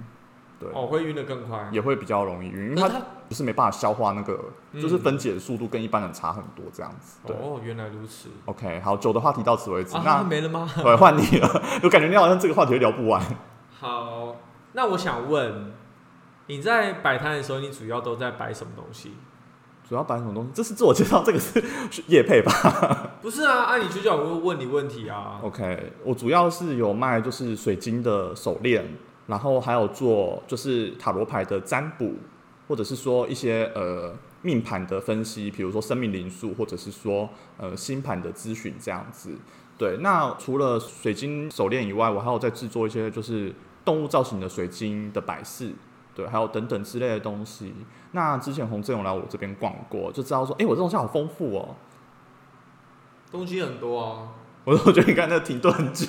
Speaker 1: 对，
Speaker 2: 哦，会晕的更快。
Speaker 1: 也会比较容易晕，因为
Speaker 2: 可
Speaker 1: 他
Speaker 2: 是它
Speaker 1: 不是没办法消化那个，
Speaker 2: 嗯
Speaker 1: 就是分解的速度跟一般人差很多这样子。对、
Speaker 2: 哦，原来如此
Speaker 1: o k 好，酒的话题到此为止，
Speaker 2: 啊，
Speaker 1: 那
Speaker 2: 没了吗？
Speaker 1: 对换你了， *laughs* 我感觉你好像这个话题会聊不完。
Speaker 2: 好，那我想问，你在摆摊的时候，你主要都在摆什么东西？
Speaker 1: 主要摆什么东西？这是自我介绍，这个是 *laughs* 是叶配吧
Speaker 2: 不是啊，按理就叫我会问你问题啊。
Speaker 1: ？OK，我主要是有卖就是水晶的手链，然后还有做就是塔罗牌的占卜，或者是说一些呃命盘的分析，比如说生命灵数，或者是说呃星盘的咨询这样子。对，那除了水晶手链以外，我还有在制作一些就是动物造型的水晶的摆饰，对，还有等等之类的东西。那之前洪振勇来我这边逛过，就知道说，哎、我这东西好丰富哦。
Speaker 2: 东西很多啊，
Speaker 1: 我我觉得你刚才那停顿很久。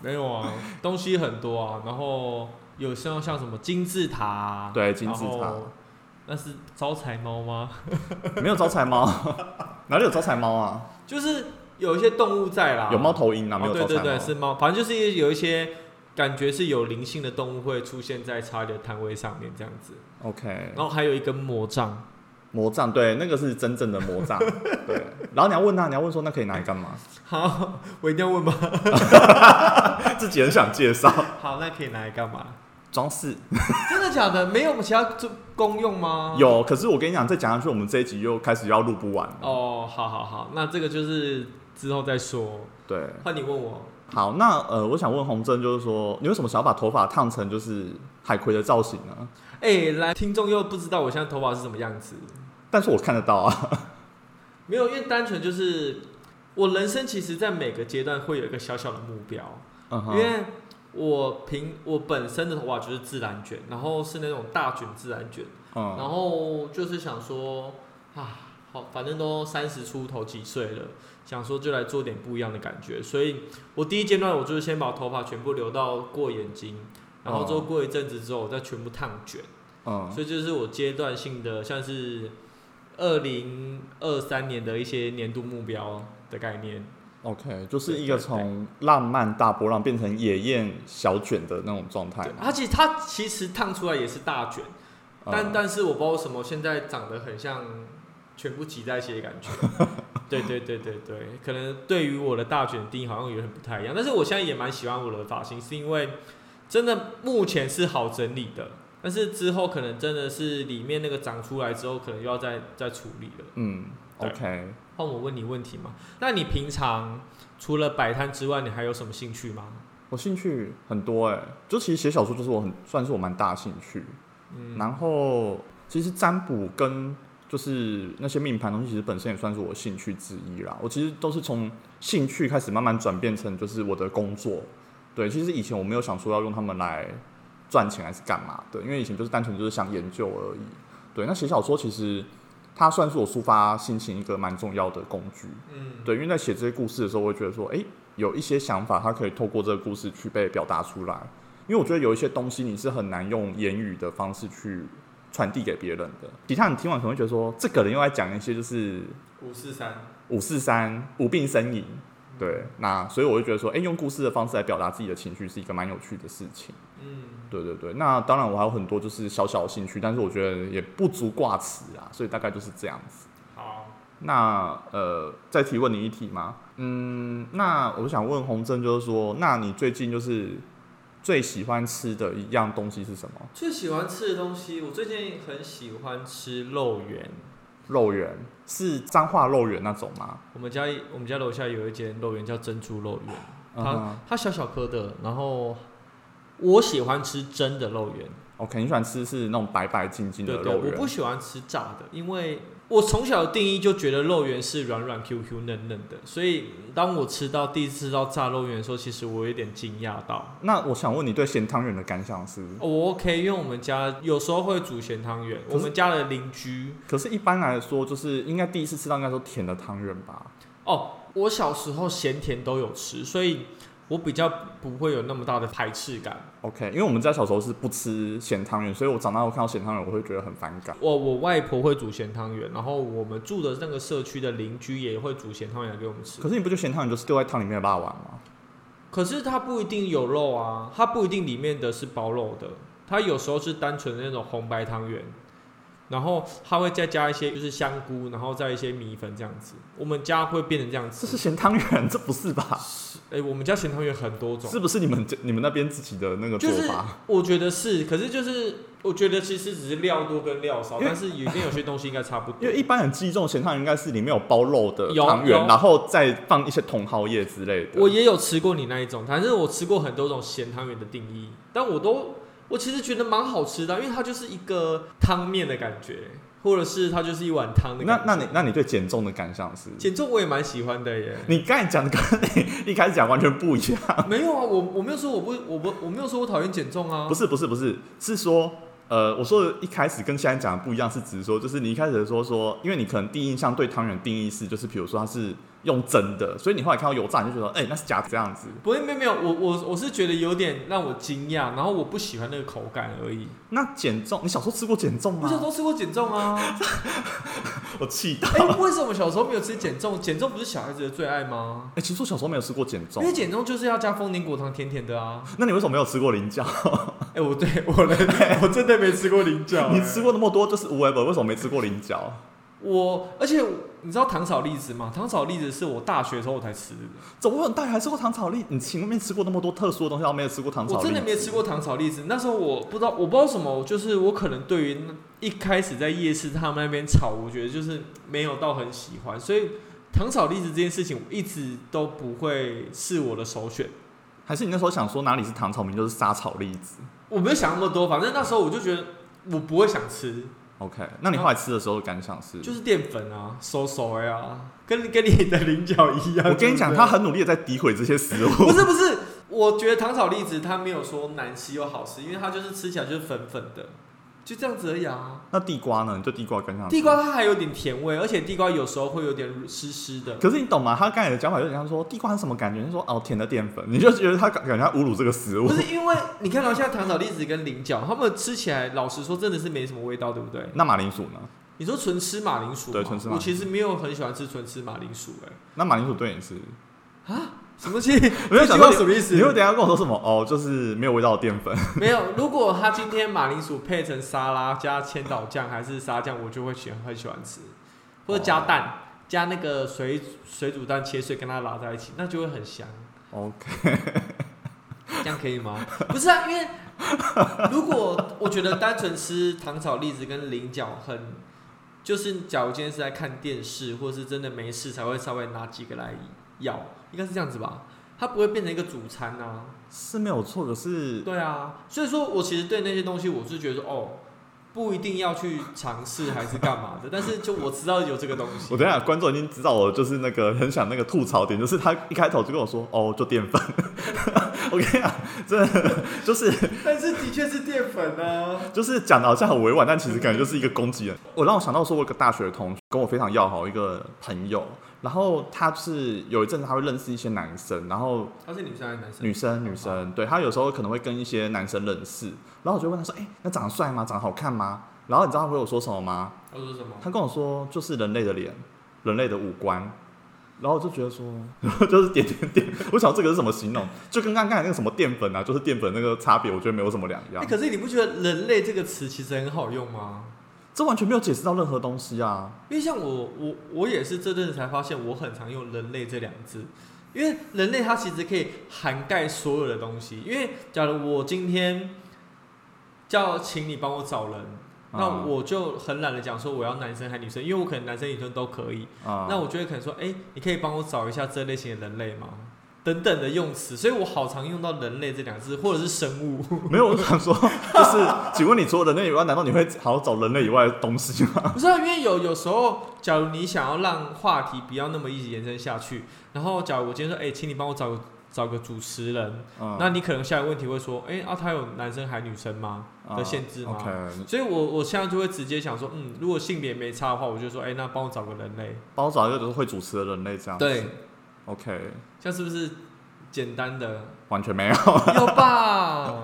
Speaker 2: 没有啊，东西很多啊，然后有像像什么金字塔、啊，
Speaker 1: 对金字塔
Speaker 2: 然后，那是招财猫吗？
Speaker 1: 没有招财
Speaker 2: *laughs*
Speaker 1: 猫，哪里有招财猫啊？
Speaker 2: 就是有一些动物在啦，
Speaker 1: 有猫头鹰啊，没
Speaker 2: 哦
Speaker 1: 有招
Speaker 2: 对
Speaker 1: 财
Speaker 2: 对
Speaker 1: 猫。
Speaker 2: 对，是猫，反正就是有一些感觉是有灵性的动物会出现在茶里的摊位上面这样子，
Speaker 1: OK，
Speaker 2: 然后还有一根魔杖，
Speaker 1: 魔杖，对，那个是真正的
Speaker 2: *laughs*
Speaker 1: 魔杖。对，然后你要问他，你要问说那可以拿来干嘛？
Speaker 2: 好，我一定要问吗？ *laughs*
Speaker 1: 自己很想介绍
Speaker 2: 好，那可以拿来干嘛？
Speaker 1: 装饰
Speaker 2: 真的假的？没有其他功用吗？
Speaker 1: 有，可是我跟你讲，再讲下去，我们这一集又开始要录不完了。
Speaker 2: 哦，好好好，那这个就是之后再说。
Speaker 1: 对，
Speaker 2: 换你问我，
Speaker 1: 好，那呃，我想问洪真，就是说你为什么想要把头发烫成就是海葵的造型呢？
Speaker 2: 哎、来，听众又不知道我现在头发是什么样子，
Speaker 1: 但是我看得到啊，
Speaker 2: 没有，因为单纯就是我人生其实在每个阶段会有一个小小的目标，
Speaker 1: 嗯
Speaker 2: 因
Speaker 1: 哼，
Speaker 2: 为我平我本身的头发就是自然卷，然后是那种大卷自然卷，
Speaker 1: 嗯，
Speaker 2: 然后就是想说啊，好，反正都三十出头几岁了，想说就来做点不一样的感觉。所以我第一阶段我就是先把头发全部留到过眼睛，然后之后
Speaker 1: 哦
Speaker 2: 过一阵子之后我再全部烫卷。
Speaker 1: 嗯，
Speaker 2: 所以这是我阶段性的，像是二零二三年的一些年度目标的概念。
Speaker 1: OK，就是
Speaker 2: 对
Speaker 1: 一个
Speaker 2: 对对
Speaker 1: 从浪漫大波浪变成野艳小卷的那种状态
Speaker 2: 对，
Speaker 1: 嘛。
Speaker 2: 而且它其实烫出来也是大卷，但
Speaker 1: 嗯
Speaker 2: 但是我不知道为什么现在长得很像全部挤在一起的感觉。对对对对对，可能对于我的大卷定义好像有点不太一样，但是我现在也蛮喜欢我的发型，是因为真的目前是好整理的，但是之后可能真的是里面那个长出来之后，可能又要再再处理了。
Speaker 1: 嗯
Speaker 2: 对
Speaker 1: ，OK，
Speaker 2: 换我问你问题嘛？那你平常除了摆摊之外，你还有什么兴趣吗？
Speaker 1: 我兴趣欸很多哎、就其实写小说就是我很算是我蛮大兴趣，
Speaker 2: 嗯，
Speaker 1: 然后其实占卜跟就是那些命盘东西，其实本身也算是我兴趣之一啦。我其实都是从兴趣开始慢慢转变成就是我的工作。对，其实以前我没有想说要用它们来赚钱还是干嘛的，因为以前就是单纯就是想研究而已。对，那写小说其实它算是我抒发心情一个蛮重要的工具。
Speaker 2: 嗯，
Speaker 1: 对，因为在写这些故事的时候，我会觉得说，诶，有一些想法，它可以透过这个故事去被表达出来。因为我觉得有一些东西，你是很难用言语的方式去传递给别人的。其他人听完可能会觉得说，这个人又在讲一些就是
Speaker 2: 五四三，
Speaker 1: 五四三无病呻吟。对，那所以我就觉得说，诶，用故事的方式来表达自己的情绪是一个蛮有趣的事情。
Speaker 2: 嗯，
Speaker 1: 对对对，那当然我还有很多就是小小的兴趣，但是我觉得也不足挂齿啊，所以大概就是这样子。
Speaker 2: 好，
Speaker 1: 那呃，再提问你一题吗？嗯，那我想问洪正，就是说，那你最近就是最喜欢吃的一样东西是什么？
Speaker 2: 最喜欢吃的东西，我最近很喜欢吃肉圆。
Speaker 1: 肉圆是彰化肉圆那种吗？
Speaker 2: 我们家我们家楼下有一间肉圆叫珍珠肉圆，它、
Speaker 1: 嗯
Speaker 2: 它小小颗的，然后我喜欢吃真的肉圆，
Speaker 1: 我肯定喜欢吃是那种白白净净的
Speaker 2: 对对，
Speaker 1: 肉
Speaker 2: 我
Speaker 1: 圆。
Speaker 2: 不喜欢吃炸的，因为我从小的定义就觉得肉圆是软软 Q Q 嫩嫩的，所以当我吃到第一次吃到炸肉圆的时候，其实我有点惊讶到。
Speaker 1: 那我想问你对咸汤圆的感想是？
Speaker 2: 哦我 OK，因为我们家有时候会煮咸汤圆，
Speaker 1: 可是
Speaker 2: 我们家的邻居
Speaker 1: 可是，一般来说，就是应该第一次吃到应该说甜的汤圆吧？
Speaker 2: 哦，我小时候咸甜都有吃，所以我比较不会有那么大的排斥感。
Speaker 1: OK，因为我们家小时候是不吃咸汤圆，所以我长大后看到咸汤圆，我会觉得很反感。
Speaker 2: 我我外婆会煮咸汤圆，然后我们住的那个社区的邻居也会煮咸汤圆给我们吃
Speaker 1: 可。是你不觉得咸汤圆就是丢在汤里面的霸王吗？
Speaker 2: 可是它不一定有肉啊，它不一定里面的是包肉的，它有时候是单纯的那种红白汤圆，然后它会再加一些就是香菇，然后再一些米粉这样子。我们家会变成这样
Speaker 1: 这是
Speaker 2: 子。
Speaker 1: 咸汤圆，这不是吧？
Speaker 2: 哎、我们家咸汤圆很多种，
Speaker 1: 是不是你们你们那边自己的那个做
Speaker 2: 就是
Speaker 1: 法？
Speaker 2: 我觉得是，可是就是我觉得其实只是料多跟料少，
Speaker 1: 因为
Speaker 2: 但是里面有些东西应该差不多。
Speaker 1: 因为一般人记忆中的咸汤圆应该是里面有包肉的
Speaker 2: 有
Speaker 1: 汤圆，
Speaker 2: 有
Speaker 1: 然后再放一些茼蒿叶之类的。
Speaker 2: 我也有吃过你那一种，反正我吃过很多种咸汤圆的定义，但我都我其实觉得蛮好吃的啊，因为它就是一个汤面的感觉，或者是它就是一碗汤的感
Speaker 1: 那
Speaker 2: 觉。
Speaker 1: 那你那你对减重的感想是？
Speaker 2: 减重我也蛮喜欢
Speaker 1: *laughs*
Speaker 2: 的耶。
Speaker 1: 你刚才讲的跟你一开始讲完全不一样。
Speaker 2: 没有啊，我我没有说我不我不我没有说我讨厌减重啊，
Speaker 1: 不
Speaker 2: 是
Speaker 1: 是不是不是，是说呃，我说的一开始跟现在讲的不一样，是只是说就是你一开始说说，因为你可能第一印象对汤圆的定义是就是比如说它是用蒸的，所以你后来看到油炸你就觉得哎、那是假的这样子。
Speaker 2: 不是没有没有，我我我是觉得有点让我惊讶，然后我不喜欢那个口感而已。
Speaker 1: 那减重，你小时候吃过减重
Speaker 2: 我小时
Speaker 1: 吗？
Speaker 2: 候吃过减重啊，
Speaker 1: *laughs* 我气到。
Speaker 2: 哎、为什么小时候没有吃减重？减重不是小孩子的最爱吗？
Speaker 1: 哎、其实我小时候没有吃过减
Speaker 2: 因
Speaker 1: 重
Speaker 2: 为，减重就是要加枫林果糖，甜甜
Speaker 1: *laughs*
Speaker 2: 的啊。
Speaker 1: 那你为什么没有吃过菱角？
Speaker 2: 哎、我对我人 *laughs* 我真的没吃过菱角、
Speaker 1: *laughs*
Speaker 2: 哎
Speaker 1: 你吃？过那么多，就是无为本，为什么没吃过菱角？
Speaker 2: 我，而且你知道糖炒栗子吗？糖炒栗子是我大学的时候我才吃的，
Speaker 1: 怎么大学还吃过糖炒栗？你前面吃过那么多特殊的东西，然后没有吃过糖炒栗？
Speaker 2: 我真的没吃。过糖炒栗子。那时候我不知道，我不知道什么，就是我可能对于那一开始在夜市他们那边炒，我觉得就是没有到很喜欢，所以糖炒栗子这件事情我一直都不会是我的首选。
Speaker 1: 还是你那时候想说哪里是糖炒，明明就是沙炒栗子
Speaker 2: 我没有想那么多，反正那时候我就觉得我不会想吃，
Speaker 1: ？OK，那你后来吃的时候的感想是？
Speaker 2: 就是淀粉啊，收手啊，跟跟你的菱角一样。
Speaker 1: 我跟你
Speaker 2: 对
Speaker 1: 讲，
Speaker 2: 不对
Speaker 1: 他很努力的在诋毁这些食物。 *laughs*
Speaker 2: 不是不是，我觉得糖炒栗子它没有说难吃又好吃，因为它就是吃起来就是粉粉的，就这样子而已啊。
Speaker 1: 那地瓜呢？你对地瓜的感想？
Speaker 2: 地瓜。它还有点甜味，而且地瓜有时候会有点湿湿
Speaker 1: *laughs*
Speaker 2: 的。
Speaker 1: 可是你懂吗？他刚才的讲法有点像说地瓜是什么感觉？你说哦甜的淀粉，你就觉得他感感觉他侮辱这个食物
Speaker 2: *laughs* 不。是因为你看到现在糖炒栗子跟菱角，它们吃起来老实说真的是没什么味道，对不对？
Speaker 1: 那马铃薯呢？
Speaker 2: 你说纯吃马铃薯吗，
Speaker 1: 对纯吃马
Speaker 2: 我
Speaker 1: 铃薯
Speaker 2: 其实没有很喜欢吃纯吃马铃薯、欸
Speaker 1: 那马铃薯对你是？
Speaker 2: 哎，啊，什么东 *laughs* 西？
Speaker 1: 没有
Speaker 2: 这
Speaker 1: 想
Speaker 2: 句
Speaker 1: 到
Speaker 2: 话
Speaker 1: 你
Speaker 2: 什么意思？
Speaker 1: 你会等一下跟我说什么？哦，就是没有味道的淀粉。
Speaker 2: 没有，如果他今天马铃薯配成沙拉加千岛酱还是沙酱，我就会喜欢很喜欢吃，或
Speaker 1: 哦
Speaker 2: 者加蛋、加那个水水煮蛋切碎跟它拉在一起，那就会很香。
Speaker 1: OK，
Speaker 2: 这样可
Speaker 1: *laughs*
Speaker 2: 以吗？不是啊，因为如果我觉得单纯吃糖炒栗子跟菱角很，就是假如今天是在看电视或是真的没事才会稍微拿几个来咬，应该是这样子吧？它不会变成一个主餐啊。
Speaker 1: 是没有错，可是
Speaker 2: 对啊，所以说我其实对那些东西我是觉得说，哦，不一定要去尝试还是干嘛的，但是就我知道有这个东西。
Speaker 1: 我等一下观众已经知道我就是那个很想那个吐槽点，就是他一开头就跟我说哦，就淀粉。 *laughs* 我跟你讲，真的就是
Speaker 3: *laughs* 但是的确是淀粉啊。
Speaker 1: 就是讲的好像很委婉，但其实感觉就是一个攻击人。我让我想到说，我有个大学同学跟我非常要好一个朋友，然后他是有一阵子他会认识一些男生，然后
Speaker 2: 他是女生还是男生？
Speaker 1: 女生女生，对他有时候可能会跟一些男生认识，然后我就问他说：“哎、那长得帅吗？长得好看吗？”然后你知道他回我说什么吗？
Speaker 2: 他说什么？
Speaker 1: 他跟我说就是人类的脸，人类的五官，然后我就觉得说， *laughs* 然后就是点点点，我想这个是怎么形容？就跟刚刚才那个什么淀粉啊，就是淀粉那个差别，我觉得没有什么两样
Speaker 2: 哎，。可是你不觉得“人类”这个词其实很好用吗？
Speaker 1: 这完全没有解释到任何东西啊！
Speaker 2: 因为像我，我我也是这阵子才发现，我很常用“人类”这两个字，因为人类它其实可以涵盖所有的东西。因为假如我今天叫请你帮我找人，那
Speaker 1: 啊
Speaker 2: 我就很懒得讲说我要男生还女生，因为我可能男生女生都可以。
Speaker 1: 啊、
Speaker 2: 那我就会可能说，哎、你可以帮我找一下这类型的人类吗？等等的用词，所以我好常用到“人类”这两个字，或者是生物。
Speaker 1: 没有，我想说，就是，请问你除了人类以外，难道你会好好找人类以外的东西吗？
Speaker 2: 不是、啊，因为有有时候，假如你想要让话题不要那么一直延伸下去，然后假如我今天说，哎、请你帮我找个找个主持人，
Speaker 1: 嗯
Speaker 2: 那你可能下一个问题会说，哎、啊，他有男生还女生吗？
Speaker 1: 啊
Speaker 2: 的限制吗
Speaker 1: o k
Speaker 2: 所以我我现在就会直接想说，嗯，如果性别没差的话，我就说，哎、那帮我找个人类。
Speaker 1: 帮我找一个就是会主持的人类这样。
Speaker 2: 对，
Speaker 1: ，OK，
Speaker 2: 这样是不是简单的？
Speaker 1: 完全没有。
Speaker 2: *laughs*
Speaker 1: *laughs*
Speaker 2: 有吧？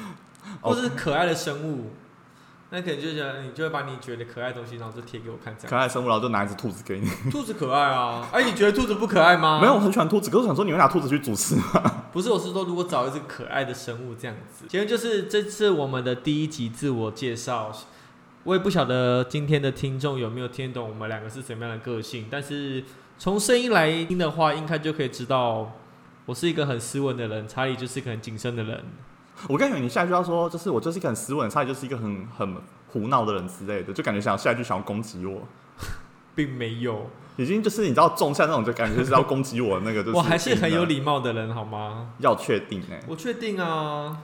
Speaker 2: *laughs* 或是可爱的生物，那可能就觉得你就会把你觉得可爱的东西，然后就贴给我看，这
Speaker 1: 可
Speaker 2: 样。
Speaker 1: 爱的生物，然后就拿一只兔子给你。
Speaker 2: 兔子可爱啊，哎、你觉得兔子不可爱吗？
Speaker 1: 没有，我，很喜欢兔子，可是我想说，你会拿兔子去主持吗？ *laughs*
Speaker 2: 不是，我是说如果找一只可爱的生物这样子。结论就是这次我们的第一集自我介绍。我也不晓得今天的听众有没有听懂我们两个是什么样的个性，但是从声音来听的话，应该就可以知道我是一个很斯文的人，查理就是一个很谨慎的人。
Speaker 1: 我刚以为你下一句要说，就是我就是一个很斯文，差点就是一个很很胡闹的人之类的，就感觉想下一句想要攻击我，
Speaker 2: 并没有，
Speaker 1: 已经就是你知道种下那种就感觉就是要攻击我的那个，就是
Speaker 2: 我还是很有
Speaker 1: 理，
Speaker 2: 礼貌的人，好吗？
Speaker 1: 要确定哎、
Speaker 2: 我确定啊，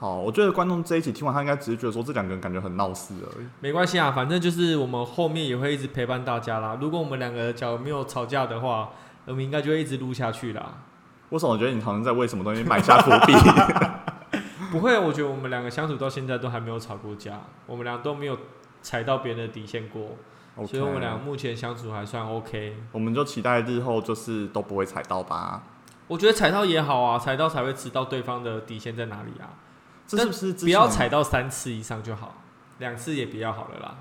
Speaker 1: 好，我觉得观众这一集听完，他应该只是觉得说这两个人感觉很闹事而已。
Speaker 2: 没关系啊，反正就是我们后面也会一直陪伴大家啦。如果我们两个假如没有吵架的话，我们应该就会一直录下去啦。
Speaker 1: 为什么我觉得你好像在为什么东西埋下伏
Speaker 2: *laughs*
Speaker 1: 笔？
Speaker 2: 不会，我觉得我们两个相处到现在都还没有吵过架，我们俩都没有踩到别人的底线过
Speaker 1: o
Speaker 2: 所以我们俩目前相处还算 OK。
Speaker 1: 我们就期待日后就是都不会踩到吧。
Speaker 2: 我觉得踩到也好啊，踩到才会知道对方的底线在哪里啊。
Speaker 1: 这是不是之前
Speaker 2: 不要？踩到三次以上就好，两次也不要好了啦，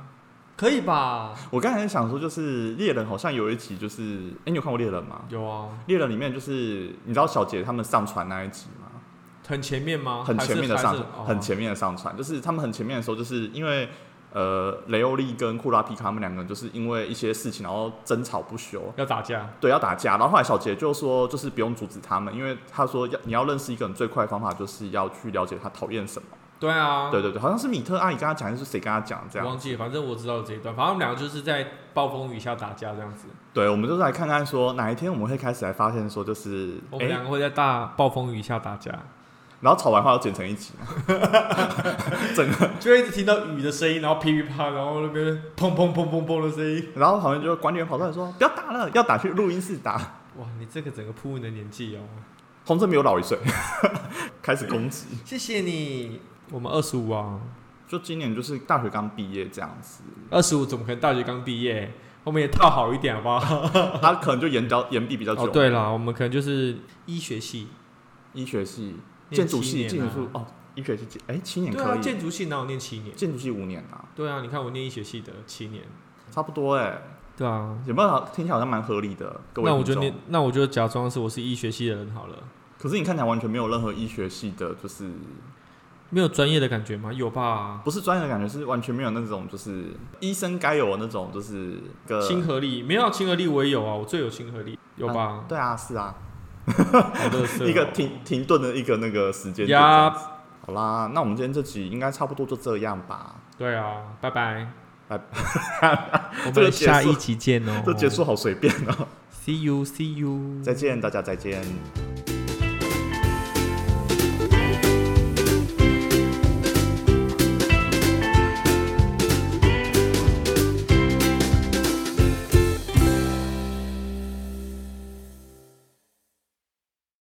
Speaker 2: 可以吧？
Speaker 1: 我刚才在想说，就是猎人好像有一集，就是哎、你有看过猎人吗？
Speaker 2: 有啊，
Speaker 1: 猎人里面就是你知道小杰他们上船那一集吗？
Speaker 2: 很前面吗？
Speaker 1: 很前面的上
Speaker 2: 哦还是
Speaker 1: 船，很。前面的上船，就是他们很前面的时候，就是因为呃雷欧利跟库拉皮卡他们两个人就是因为一些事情然后争吵不休，
Speaker 2: 还是哦要打架，
Speaker 1: 对，要打架。然后后来小杰就说，就是不用阻止他们，因为他说要你要认识一个人最快的方法就是要去了解他讨厌什么。
Speaker 2: 对啊，
Speaker 1: 对对对，好像是米特阿姨跟他讲，还是谁跟他讲这
Speaker 2: 我
Speaker 1: 样？
Speaker 2: 忘记了，反正我知道这一段，反正我们两个就是在暴风雨下打架这样子，
Speaker 1: 对，我们就是来看看说哪一天我们会开始来发现说就是
Speaker 2: 我
Speaker 1: 哎、
Speaker 2: 们两个会在大暴风雨下打架，
Speaker 1: 然后吵完话要剪成一集，
Speaker 2: 就会一直听到雨的声音，然后噼噼啪，然后那边砰砰砰砰砰的声音。
Speaker 1: 然后好像就管理员跑出来说不要打了，要打去录音室打。 *laughs*
Speaker 2: 哇，你这个整个铺文的年纪哦，
Speaker 1: 洪正比我老一岁， *laughs* 开始攻击。
Speaker 2: 谢谢你。我们二十五啊，
Speaker 1: 就今年就是大学刚毕业这样子，
Speaker 2: 二十五怎么可能大学刚毕业？我们也套好一点好不好？
Speaker 1: *laughs* 他可能就延比较延毕比较久。
Speaker 2: 哦，对了，我们可能就是医学系，
Speaker 1: 医学系、建
Speaker 2: 念
Speaker 1: 筑
Speaker 2: 七
Speaker 1: 系、
Speaker 2: 年
Speaker 1: 建
Speaker 2: 啊
Speaker 1: 筑哦，医学系建哎七年
Speaker 2: 对
Speaker 1: 可
Speaker 2: 啊，
Speaker 1: 以，
Speaker 2: 建筑系哪有念七年？
Speaker 1: 建筑系五年啊，
Speaker 2: 对啊，你看我念医学系的七年，
Speaker 1: 差不多哎，
Speaker 2: 对啊，
Speaker 1: 有没有好听起来好像蛮合理的？各位
Speaker 2: 那我
Speaker 1: 听
Speaker 2: 就
Speaker 1: 众
Speaker 2: 念，那我就假装是我是医学系的人好了，
Speaker 1: 可是你看起来完全没有任何医学系的，就是
Speaker 2: 没有专业的感觉吗？有吧，
Speaker 1: 不是专业的感觉，是完全没有那种就是医生该有的那种，就是个啊
Speaker 2: 亲和力没有亲和力，我也有啊，我最有亲和力，有吧？
Speaker 1: 对啊，是啊，
Speaker 2: 好乐色
Speaker 1: *laughs*
Speaker 2: 哦
Speaker 1: 一个停停顿的一个那个时间点这样子。
Speaker 2: 呀，
Speaker 1: 好啦，那我们今天这集应该差不多就这样吧。
Speaker 2: 对啊，拜拜，
Speaker 1: 拜
Speaker 2: *laughs* 我
Speaker 1: 这个
Speaker 2: 们
Speaker 1: 结束
Speaker 2: 下一集见哦，
Speaker 1: 这结束好随便哦、
Speaker 2: ，See you，See you，
Speaker 1: 再见，大家再见。